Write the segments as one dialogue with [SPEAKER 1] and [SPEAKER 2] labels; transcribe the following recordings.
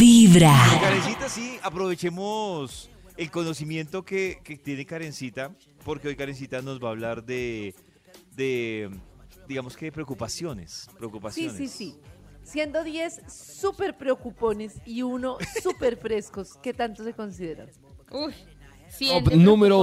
[SPEAKER 1] Vibra.
[SPEAKER 2] Karencita, sí, aprovechemos el conocimiento que, que tiene Karencita, porque hoy Karencita nos va a hablar de, de digamos que, de preocupaciones.
[SPEAKER 3] Sí,
[SPEAKER 2] preocupaciones.
[SPEAKER 3] sí, sí. Siendo 10 súper preocupones y uno súper frescos, ¿qué tanto se consideran?
[SPEAKER 2] Oh,
[SPEAKER 4] Uy, cien
[SPEAKER 5] Top
[SPEAKER 4] de
[SPEAKER 5] número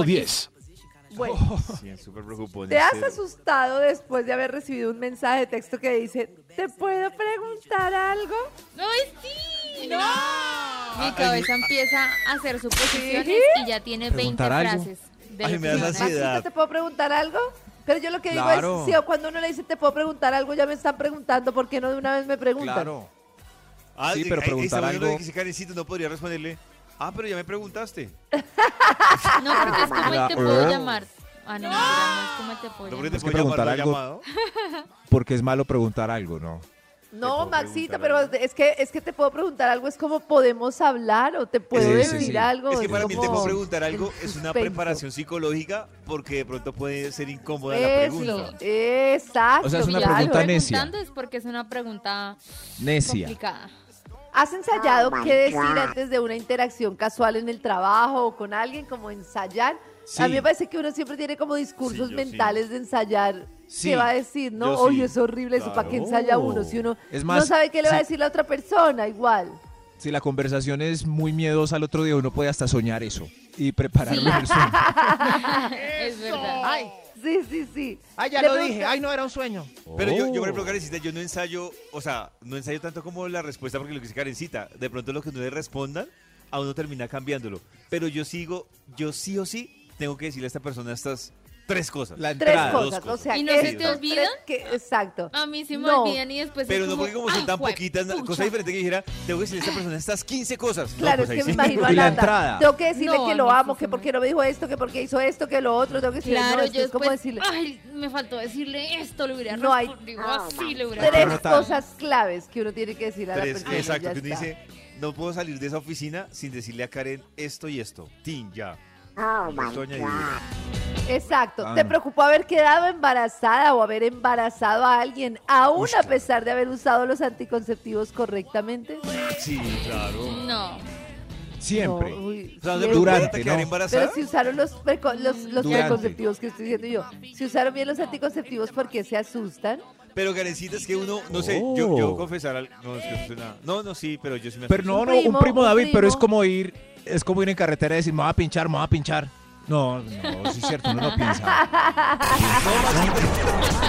[SPEAKER 5] 10.
[SPEAKER 4] preocupones.
[SPEAKER 6] Oh,
[SPEAKER 3] Bueno,
[SPEAKER 2] Sí, es súper preocupante.
[SPEAKER 3] Oh. ¿te has asustado después de haber recibido un mensaje de texto que dice, ¿te puedo preguntar algo?
[SPEAKER 4] ¡Ay, sí! ¡No!
[SPEAKER 2] Ay,
[SPEAKER 4] Mi cabeza empieza a hacer suposiciones
[SPEAKER 3] ¿Sí?
[SPEAKER 4] y ya tiene 20
[SPEAKER 6] Preguntar algo.
[SPEAKER 4] frases. de
[SPEAKER 2] Ay,
[SPEAKER 4] lo
[SPEAKER 2] me
[SPEAKER 4] que
[SPEAKER 2] das
[SPEAKER 4] va a
[SPEAKER 2] así.
[SPEAKER 4] pasar.
[SPEAKER 2] Ansiedad.
[SPEAKER 3] Maxito, ¿te puedo preguntar algo? Pero yo lo que digo
[SPEAKER 6] Claro.
[SPEAKER 3] es, si cuando uno le dice, ¿te puedo preguntar algo? Ya me están preguntando, ¿por qué no de una vez me preguntan?
[SPEAKER 6] Claro.
[SPEAKER 2] Ah,
[SPEAKER 6] Sí,
[SPEAKER 2] sí,
[SPEAKER 6] pero
[SPEAKER 2] ahí- ahí
[SPEAKER 6] preguntar
[SPEAKER 2] está bueno lo
[SPEAKER 6] algo.
[SPEAKER 2] que dice Karencita, no podría responderle. Ah, pero ya me preguntaste.
[SPEAKER 4] No, porque es como el te
[SPEAKER 6] La-
[SPEAKER 4] puedo
[SPEAKER 2] ¿eh?
[SPEAKER 6] Oh.
[SPEAKER 4] llamar. Ah, no, mentira, no es como el te puedo
[SPEAKER 2] No,
[SPEAKER 4] llamar.
[SPEAKER 2] porque te
[SPEAKER 6] Es
[SPEAKER 2] puedo
[SPEAKER 6] que
[SPEAKER 2] llamar,
[SPEAKER 6] preguntar
[SPEAKER 2] ¿no?
[SPEAKER 6] algo-
[SPEAKER 2] llamado.
[SPEAKER 6] Porque es malo preguntar algo, ¿no?
[SPEAKER 3] No,
[SPEAKER 2] puedo
[SPEAKER 3] Maxito,
[SPEAKER 2] preguntar
[SPEAKER 3] pero
[SPEAKER 2] algo?
[SPEAKER 3] es que, es que te puedo preguntar algo, es como podemos hablar o te puedo
[SPEAKER 6] Sí,
[SPEAKER 3] decir
[SPEAKER 6] sí, sí.
[SPEAKER 3] algo.
[SPEAKER 2] Es que para mí el te puedo
[SPEAKER 3] como-
[SPEAKER 2] preguntar algo
[SPEAKER 3] el
[SPEAKER 2] es una
[SPEAKER 3] suspenso.
[SPEAKER 2] preparación psicológica porque de pronto puede ser incómoda la
[SPEAKER 3] Eso,
[SPEAKER 2] pregunta.
[SPEAKER 3] exacto.
[SPEAKER 6] O sea, es una
[SPEAKER 4] Y ya
[SPEAKER 6] pregunta
[SPEAKER 4] estoy
[SPEAKER 6] necia.
[SPEAKER 4] preguntando es porque es una pregunta
[SPEAKER 6] Necia.
[SPEAKER 4] complicada.
[SPEAKER 3] ¿Has ensayado qué decir antes de una interacción casual en el trabajo o con alguien, como ensayar?
[SPEAKER 2] Sí.
[SPEAKER 3] A mí me parece que uno siempre tiene como discursos
[SPEAKER 2] Sí, yo
[SPEAKER 3] mentales de ensayar
[SPEAKER 6] Sí,
[SPEAKER 3] qué va a decir, ¿no?
[SPEAKER 2] yo
[SPEAKER 3] Oye,
[SPEAKER 2] sí,
[SPEAKER 3] es horrible eso, ¿para qué
[SPEAKER 2] claro.
[SPEAKER 3] ensaya uno? Si uno
[SPEAKER 6] Es
[SPEAKER 3] no
[SPEAKER 6] más,
[SPEAKER 3] sabe qué le va a
[SPEAKER 6] sí.
[SPEAKER 3] decir la otra persona, igual.
[SPEAKER 6] Si la conversación es muy miedosa al otro día, uno puede hasta soñar eso y prepararlo en el sueño.
[SPEAKER 4] Ah, es verdad.
[SPEAKER 7] Ay,
[SPEAKER 3] Sí, sí, sí.
[SPEAKER 7] ay, ya
[SPEAKER 3] Le
[SPEAKER 7] lo
[SPEAKER 3] pregunta-
[SPEAKER 7] dije. Ay, no, era un sueño.
[SPEAKER 2] Pero yo, yo, por
[SPEAKER 6] Oh.
[SPEAKER 2] ejemplo, Karencita, yo no ensayo, o sea, no ensayo tanto como la respuesta porque lo que dice Karencita, de pronto lo que no le respondan, a uno termina cambiándolo. Pero yo sigo, yo sí o sí tengo que decirle a esta persona estas tres cosas.
[SPEAKER 6] La
[SPEAKER 3] Tres
[SPEAKER 6] entrada.
[SPEAKER 2] dos
[SPEAKER 3] cosas, o
[SPEAKER 2] cosas.
[SPEAKER 3] sea,
[SPEAKER 4] ¿Y no se te
[SPEAKER 3] estos tres
[SPEAKER 4] olvidan?
[SPEAKER 3] que- exacto.
[SPEAKER 4] A mí sí me
[SPEAKER 3] No.
[SPEAKER 4] olvidan y después
[SPEAKER 2] Pero
[SPEAKER 4] es
[SPEAKER 2] no porque como
[SPEAKER 3] ah,
[SPEAKER 4] ¡ay,
[SPEAKER 2] son tan
[SPEAKER 4] jue-
[SPEAKER 2] poquitas, na- cosa
[SPEAKER 4] pucha!
[SPEAKER 2] diferente que dijera, tengo que decirle a esta persona estas 15 cosas. No,
[SPEAKER 3] Claro,
[SPEAKER 2] pues
[SPEAKER 3] es
[SPEAKER 2] ahí
[SPEAKER 3] que me
[SPEAKER 2] sí.
[SPEAKER 3] imagino a
[SPEAKER 6] Y la
[SPEAKER 3] Nata,
[SPEAKER 2] Ah.
[SPEAKER 6] entrada.
[SPEAKER 3] Tengo que decirle
[SPEAKER 4] No,
[SPEAKER 3] que lo
[SPEAKER 4] no,
[SPEAKER 3] amo,
[SPEAKER 4] sí,
[SPEAKER 3] que
[SPEAKER 4] sí,
[SPEAKER 3] por
[SPEAKER 4] no.
[SPEAKER 3] qué no me dijo esto, que por qué hizo esto, que lo otro. Tengo que decirle,
[SPEAKER 4] Claro,
[SPEAKER 3] no,
[SPEAKER 4] yo
[SPEAKER 3] esto es como
[SPEAKER 4] después, ¡Ah!
[SPEAKER 3] decirle
[SPEAKER 4] ay, me faltó decirle esto, le hubiera
[SPEAKER 3] No hay-
[SPEAKER 4] respondido así, le hubiera
[SPEAKER 3] tres
[SPEAKER 6] anotar.
[SPEAKER 3] cosas claves que uno tiene que decir a la
[SPEAKER 2] Tres,
[SPEAKER 3] persona.
[SPEAKER 2] exacto,
[SPEAKER 3] ya
[SPEAKER 2] que uno
[SPEAKER 3] está.
[SPEAKER 2] dice, no puedo salir de esa oficina sin decirle a Karen esto y esto. Tin, ya. Esto añadido.
[SPEAKER 3] Exacto.
[SPEAKER 6] Ah,
[SPEAKER 3] ¿Te
[SPEAKER 6] no.
[SPEAKER 3] preocupó haber quedado embarazada o haber embarazado a alguien, aún
[SPEAKER 6] Ush,
[SPEAKER 3] a
[SPEAKER 6] claro.
[SPEAKER 3] pesar de haber usado los anticonceptivos correctamente?
[SPEAKER 2] Sí, claro.
[SPEAKER 4] No,
[SPEAKER 6] Siempre.
[SPEAKER 3] No, uy,
[SPEAKER 2] O sea, no
[SPEAKER 3] sí,
[SPEAKER 2] te
[SPEAKER 3] es-
[SPEAKER 6] Durante,
[SPEAKER 2] preocupa quedar
[SPEAKER 6] ¿no?
[SPEAKER 2] embarazada.
[SPEAKER 3] Pero si usaron los, preco- los, los
[SPEAKER 6] Durante.
[SPEAKER 3] preconceptivos que estoy diciendo yo, si usaron bien los anticonceptivos, ¿por qué se asustan?
[SPEAKER 2] Pero Karencita, es que uno, no sé, yo, yo confesar al- No, es que esto es una- no, no, sí, Oh. pero yo sí me
[SPEAKER 6] Pero
[SPEAKER 2] asusto.
[SPEAKER 6] no,
[SPEAKER 3] Un
[SPEAKER 6] no,
[SPEAKER 3] primo,
[SPEAKER 6] un primo
[SPEAKER 3] un
[SPEAKER 6] David, pero
[SPEAKER 3] primo.
[SPEAKER 6] es como ir, es como ir en carretera y decir, me va a pinchar, me va a pinchar. No, no, sí es cierto, uno no piensa.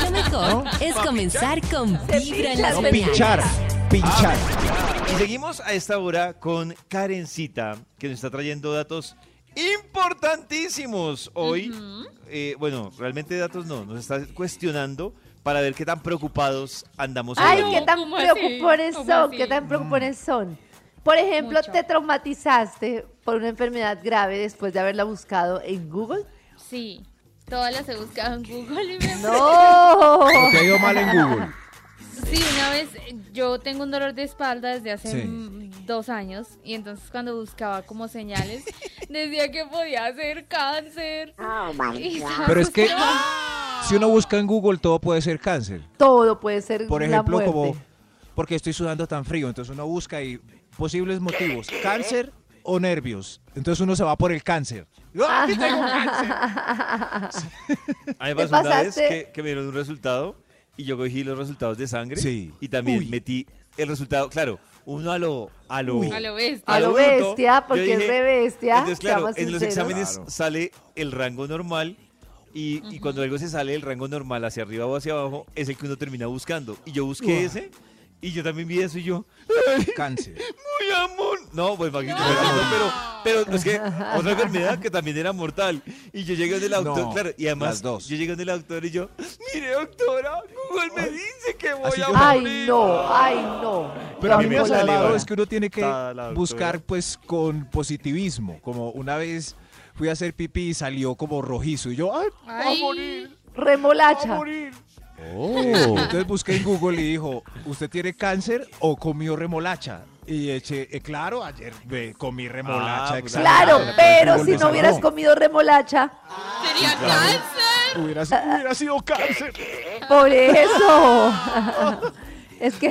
[SPEAKER 1] Lo mejor es comenzar con Vibra en las
[SPEAKER 3] No
[SPEAKER 1] mañanas.
[SPEAKER 6] Pinchar, pinchar.
[SPEAKER 3] Ah.
[SPEAKER 2] Y seguimos a esta hora con Karencita, que nos está trayendo datos importantísimos hoy. Eh, bueno, realmente datos no, nos está cuestionando para ver qué tan preocupados andamos hoy.
[SPEAKER 3] Ay,
[SPEAKER 4] no,
[SPEAKER 3] qué tan
[SPEAKER 4] ¿cómo así?
[SPEAKER 3] preocupones
[SPEAKER 4] ¿Cómo
[SPEAKER 3] son,
[SPEAKER 4] así?
[SPEAKER 3] qué tan preocupones
[SPEAKER 2] Mm.
[SPEAKER 3] son. Por ejemplo,
[SPEAKER 4] Mucho.
[SPEAKER 3] ¿te traumatizaste por una enfermedad grave después de haberla buscado en Google?
[SPEAKER 4] sí. Todas las he buscado en Google y me
[SPEAKER 3] ¡No!
[SPEAKER 6] ¿O te ha ido mal en Google?
[SPEAKER 4] Sí, una vez eh, yo tengo un dolor de espalda desde hace
[SPEAKER 6] Sí.
[SPEAKER 4] mm, dos años y entonces cuando buscaba como señales decía que podía ser cáncer.
[SPEAKER 3] Oh
[SPEAKER 4] Y se
[SPEAKER 6] Pero es que
[SPEAKER 4] asustaba.
[SPEAKER 6] si uno busca en Google, todo puede ser cáncer.
[SPEAKER 3] Todo puede ser
[SPEAKER 6] Por
[SPEAKER 3] la
[SPEAKER 6] ejemplo,
[SPEAKER 3] muerte.
[SPEAKER 6] como, porque estoy sudando tan frío, entonces uno busca y posibles motivos, cáncer o nervios. Entonces uno se va por el cáncer. ¡Ah, que tengo cáncer!
[SPEAKER 2] A mí me
[SPEAKER 3] Te
[SPEAKER 2] pasó una vez
[SPEAKER 3] pasaste.
[SPEAKER 2] que, que me dieron un resultado y yo cogí los resultados de sangre
[SPEAKER 6] Sí.
[SPEAKER 2] y también
[SPEAKER 6] Uy.
[SPEAKER 2] metí el resultado, claro, uno a lo... A lo,
[SPEAKER 4] A lo bestia.
[SPEAKER 3] A lo
[SPEAKER 2] bruto.
[SPEAKER 3] bestia,
[SPEAKER 2] Yo
[SPEAKER 3] porque
[SPEAKER 2] dije-
[SPEAKER 3] es re bestia,
[SPEAKER 2] Entonces, claro, en
[SPEAKER 3] seamos
[SPEAKER 2] los
[SPEAKER 3] sinceros.
[SPEAKER 2] exámenes
[SPEAKER 6] Claro.
[SPEAKER 2] sale el rango normal y, y cuando algo se sale del rango normal hacia arriba o hacia abajo es el que uno termina buscando. Y yo busqué ese y yo también vi eso y yo...
[SPEAKER 6] Cáncer.
[SPEAKER 2] ¡Muy amor! No, pues Paquito, pues, no, pero, pero es que otra enfermedad que también era mortal. Y yo llegué del doctor,
[SPEAKER 6] No,
[SPEAKER 2] claro, y además
[SPEAKER 6] las dos.
[SPEAKER 2] yo llegué del doctor y yo, mire doctora, Google me dice que voy
[SPEAKER 6] Así
[SPEAKER 2] a
[SPEAKER 6] Ah, yo-
[SPEAKER 2] morir.
[SPEAKER 3] Ay, no, ay, no.
[SPEAKER 6] Pero a mí
[SPEAKER 2] Cambió
[SPEAKER 6] me ha
[SPEAKER 2] la
[SPEAKER 6] salvado
[SPEAKER 2] palabra.
[SPEAKER 6] es que uno tiene que
[SPEAKER 2] Está la doctora.
[SPEAKER 6] buscar pues con positivismo, como una vez fui a hacer pipí y salió como rojizo y yo, ay,
[SPEAKER 4] Ay,
[SPEAKER 3] Remolacha.
[SPEAKER 6] entonces busqué en Google y dijo, ¿usted tiene cáncer o comió remolacha? Y eché, "Eh, claro, ayer me comí remolacha.
[SPEAKER 2] Ah,
[SPEAKER 6] exagerada".
[SPEAKER 3] Claro,
[SPEAKER 6] Pero
[SPEAKER 3] pero
[SPEAKER 6] pues, Google
[SPEAKER 3] si
[SPEAKER 6] me
[SPEAKER 3] no hubieras
[SPEAKER 6] salvó.
[SPEAKER 3] comido remolacha,
[SPEAKER 4] sería cáncer.
[SPEAKER 3] Ah,
[SPEAKER 6] Hubiera, si- hubiera sido cáncer.
[SPEAKER 3] por eso. Es que,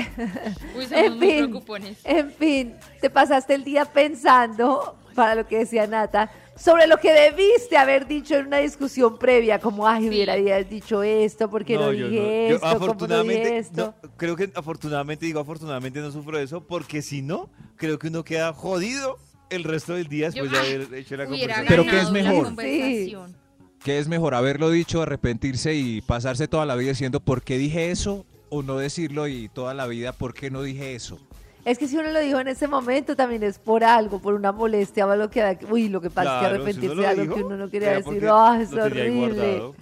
[SPEAKER 4] Uy, somos
[SPEAKER 3] en
[SPEAKER 4] muy
[SPEAKER 3] fin,
[SPEAKER 4] preocupones.
[SPEAKER 3] en fin, te pasaste el día pensando, para lo que decía Nata, sobre lo que debiste haber dicho en una discusión previa, como, ay, hubiera habías dicho esto, porque no,
[SPEAKER 2] yo
[SPEAKER 3] dije
[SPEAKER 2] Yo
[SPEAKER 3] esto, ¿cómo no dije esto?
[SPEAKER 2] no, creo que afortunadamente, digo afortunadamente, no sufro de eso, porque si no, creo que uno queda jodido el resto del día después
[SPEAKER 4] Yo- ah,
[SPEAKER 2] de haber hecho la
[SPEAKER 4] Hubiera
[SPEAKER 2] conversación.
[SPEAKER 6] Pero ¿qué es
[SPEAKER 4] ganado
[SPEAKER 6] mejor?
[SPEAKER 4] La conversación.
[SPEAKER 6] ¿Qué es mejor haberlo dicho, arrepentirse y pasarse toda la vida diciendo por qué dije eso o no decirlo y toda la vida por qué no dije eso?
[SPEAKER 3] Es que si uno lo dijo en ese momento, también es por algo, por una molestia o algo que... Uy, lo que pasa es que
[SPEAKER 2] Claro, si
[SPEAKER 3] arrepentirse
[SPEAKER 2] uno lo
[SPEAKER 3] de algo
[SPEAKER 2] dijo,
[SPEAKER 3] que uno no quería
[SPEAKER 2] era
[SPEAKER 3] decir,
[SPEAKER 2] porque
[SPEAKER 3] ¡ah, es
[SPEAKER 2] lo tenía ahí
[SPEAKER 3] horrible! Ah,
[SPEAKER 2] guardado.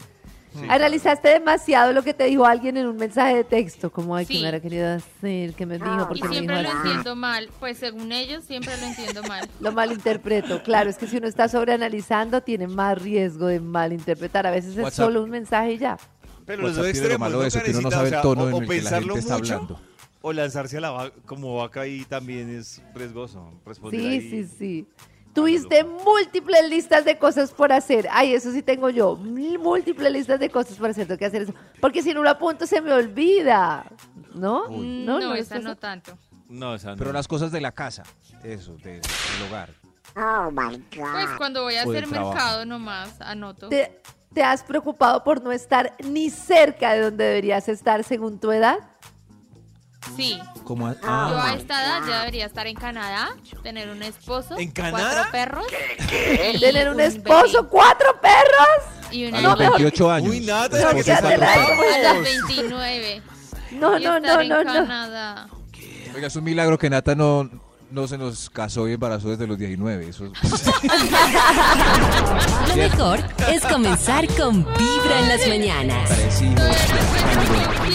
[SPEAKER 2] Sí,
[SPEAKER 3] Analizaste demasiado lo que te dijo alguien en un mensaje de texto, como, ay, que
[SPEAKER 4] Sí. Ah,
[SPEAKER 3] me hubiera querido hacer, que me dijo,
[SPEAKER 4] Y
[SPEAKER 3] porque ah. me dijo
[SPEAKER 4] siempre lo
[SPEAKER 3] así.
[SPEAKER 4] entiendo mal. Pues según ellos, siempre lo entiendo mal.
[SPEAKER 3] Lo malinterpreto, claro, es que si uno está sobreanalizando tiene más riesgo de malinterpretar. A veces es
[SPEAKER 6] WhatsApp.
[SPEAKER 3] solo un mensaje y ya.
[SPEAKER 2] Pero los
[SPEAKER 6] WhatsApp
[SPEAKER 2] dos
[SPEAKER 6] tiene lo
[SPEAKER 2] extremos,
[SPEAKER 6] malo
[SPEAKER 2] ¿no,
[SPEAKER 6] de eso, que uno no
[SPEAKER 2] Karencita?
[SPEAKER 6] sabe el
[SPEAKER 2] O sea,
[SPEAKER 6] tono
[SPEAKER 2] o-
[SPEAKER 6] en
[SPEAKER 2] o
[SPEAKER 6] el que la
[SPEAKER 2] pensarlo
[SPEAKER 6] gente está
[SPEAKER 2] mucho,
[SPEAKER 6] hablando.
[SPEAKER 2] O lanzarse a la vaca como vaca ahí también es riesgoso. responder
[SPEAKER 3] Sí,
[SPEAKER 2] ahí.
[SPEAKER 3] sí, sí. Tuviste múltiples listas de cosas por hacer. Ay, eso sí tengo yo. mil Múltiples listas de cosas por hacer. Tengo que hacer eso. Porque si no lo apunto se me olvida. ¿No?
[SPEAKER 4] Mm, No,
[SPEAKER 3] ¿les
[SPEAKER 4] esa
[SPEAKER 3] pasa?
[SPEAKER 4] no tanto.
[SPEAKER 2] No, o sea, no.
[SPEAKER 6] Pero las cosas de la casa, eso, de- del hogar.
[SPEAKER 4] Pues cuando voy a
[SPEAKER 6] O del
[SPEAKER 4] hacer
[SPEAKER 6] trabajo.
[SPEAKER 4] mercado nomás, anoto.
[SPEAKER 3] ¿Te, te has preocupado por no estar ni cerca de donde deberías estar según tu edad?
[SPEAKER 4] Sí.
[SPEAKER 6] Como a-
[SPEAKER 4] Yo a
[SPEAKER 6] ah,
[SPEAKER 4] esta edad ya debería estar en Canadá, tener un esposo,
[SPEAKER 2] ¿En Canadá?
[SPEAKER 4] cuatro perros. y
[SPEAKER 3] ¿Tener un
[SPEAKER 4] bebé.
[SPEAKER 3] esposo? ¿Cuatro perros?
[SPEAKER 4] Y
[SPEAKER 6] a
[SPEAKER 4] una
[SPEAKER 6] los
[SPEAKER 4] hija.
[SPEAKER 6] 28 años.
[SPEAKER 2] Uy, nada,
[SPEAKER 6] esposa
[SPEAKER 2] que
[SPEAKER 6] y
[SPEAKER 2] se
[SPEAKER 6] cuatro
[SPEAKER 2] atrasa.
[SPEAKER 6] perros.
[SPEAKER 4] A los 29.
[SPEAKER 3] No,
[SPEAKER 4] y
[SPEAKER 3] no, no,
[SPEAKER 4] estar en
[SPEAKER 3] no, no.
[SPEAKER 4] Canadá.
[SPEAKER 6] Oiga, es un milagro que Nata no, no se nos casó y embarazó desde los 19. Eso es-
[SPEAKER 1] Lo mejor es comenzar con Vibra en las mañanas.
[SPEAKER 6] tres hijos.
[SPEAKER 4] Todavía no encuentro mi